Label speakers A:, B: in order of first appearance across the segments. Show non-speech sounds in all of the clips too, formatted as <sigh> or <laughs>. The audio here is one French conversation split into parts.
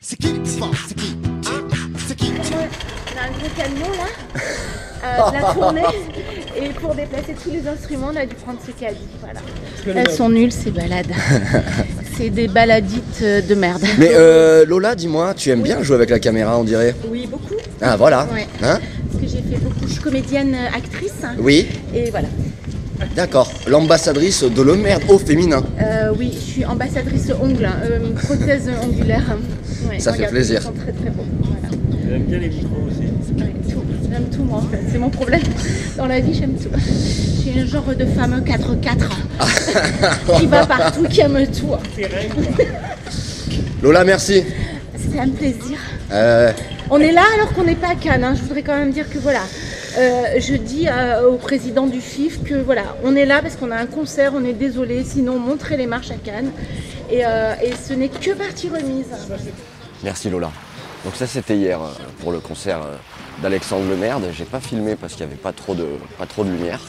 A: C'est qui le plus fort C'est qui Hein C'est qui
B: Moi, on a un gros camion là,
C: <laughs>
B: euh, de la tournée, et pour déplacer tous les instruments, on a dû prendre ce caddie. Voilà. Elles sont nulles ces
C: <laughs>
B: balades. C'est des baladites euh, de merde.
C: Mais euh, Lola, dis-moi, tu aimes bien jouer avec la caméra, on dirait
B: Oui, beaucoup.
C: Ah, voilà.
B: Ouais.
C: Hein
B: Parce que j'ai fait beaucoup. Je suis comédienne euh, actrice. hein,
C: Oui,
B: Et voilà.
C: d'accord. L'ambassadrice de le merde au féminin.
B: Euh, oui, je suis ambassadrice ongle, hein, euh, prothèse ongulaire. hein. Ouais,
C: Ça fait
B: regarde,
C: plaisir.
B: Ils sont très très beaux. Voilà.
D: J'aime bien les micros aussi.
B: Ouais, tout. J'aime tout moi en fait. C'est mon problème. Dans la vie, j'aime tout. Je suis le genre de femme
C: <laughs>
B: 4-4 qui va partout, qui aime tout.
C: Lola, merci.
B: C'était un plaisir.
C: Euh,
B: On est là alors qu'on n'est pas à Cannes. hein. Je voudrais quand même dire que voilà. euh, je dis euh, au président du FIF que voilà, on est là parce qu'on a un concert, on est désolé, sinon montrez les marches à Cannes. Et, euh, et ce n'est que partie remise.
C: Merci Lola. Donc ça c'était hier euh, pour le concert euh, d'Alexandre Lemerde. J'ai pas filmé parce qu'il n'y avait pas trop, de, pas trop de lumière.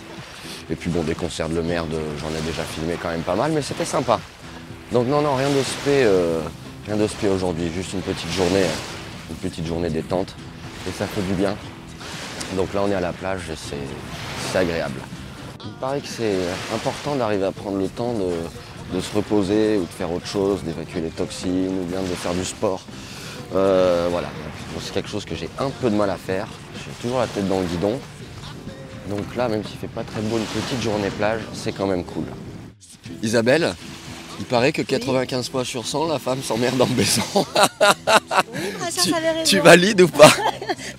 C: Et puis bon, des concerts de Lemerde, euh, j'en ai déjà filmé quand même pas mal, mais c'était sympa. Donc non, non, rien de spé, euh, rien de spé aujourd'hui, juste une petite journée, euh, une petite journée détente. Et ça fait du bien. Donc là on est à la plage et c'est- c'est agréable. Il me paraît que c'est important d'arriver à prendre le temps de, de se reposer ou de faire autre chose, d'évacuer les toxines ou bien de faire du sport. Euh, voilà, Bon, c'est quelque chose que j'ai un peu de mal à faire. J'ai toujours la tête dans le guidon. Donc là, même s'il fait pas très beau, une petite journée plage, c'est quand même cool. Isabelle, il paraît que 95 fois sur 100, la femme s'emmerde en baisant. <laughs>
E: Brassens Ah, avait raison.
C: valides ou pas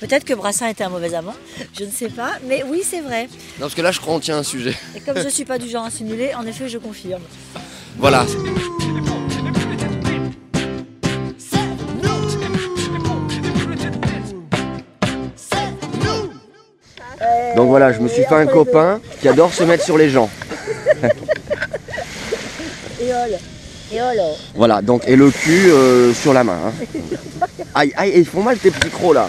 E: Peut-être que Brassens était un mauvais amant, je ne sais pas, mais oui, c'est vrai.
C: Non, parce que là, je crois qu'on tient un sujet.
E: Et comme je ne suis pas du genre à simuler, en effet, je confirme.
C: Voilà. Donc voilà, je me suis fait un copain qui adore se mettre sur les gens.
E: oh
C: Voilà, donc et le cul euh, sur la main. hein. Aïe, aïe, ils font mal tes micros là.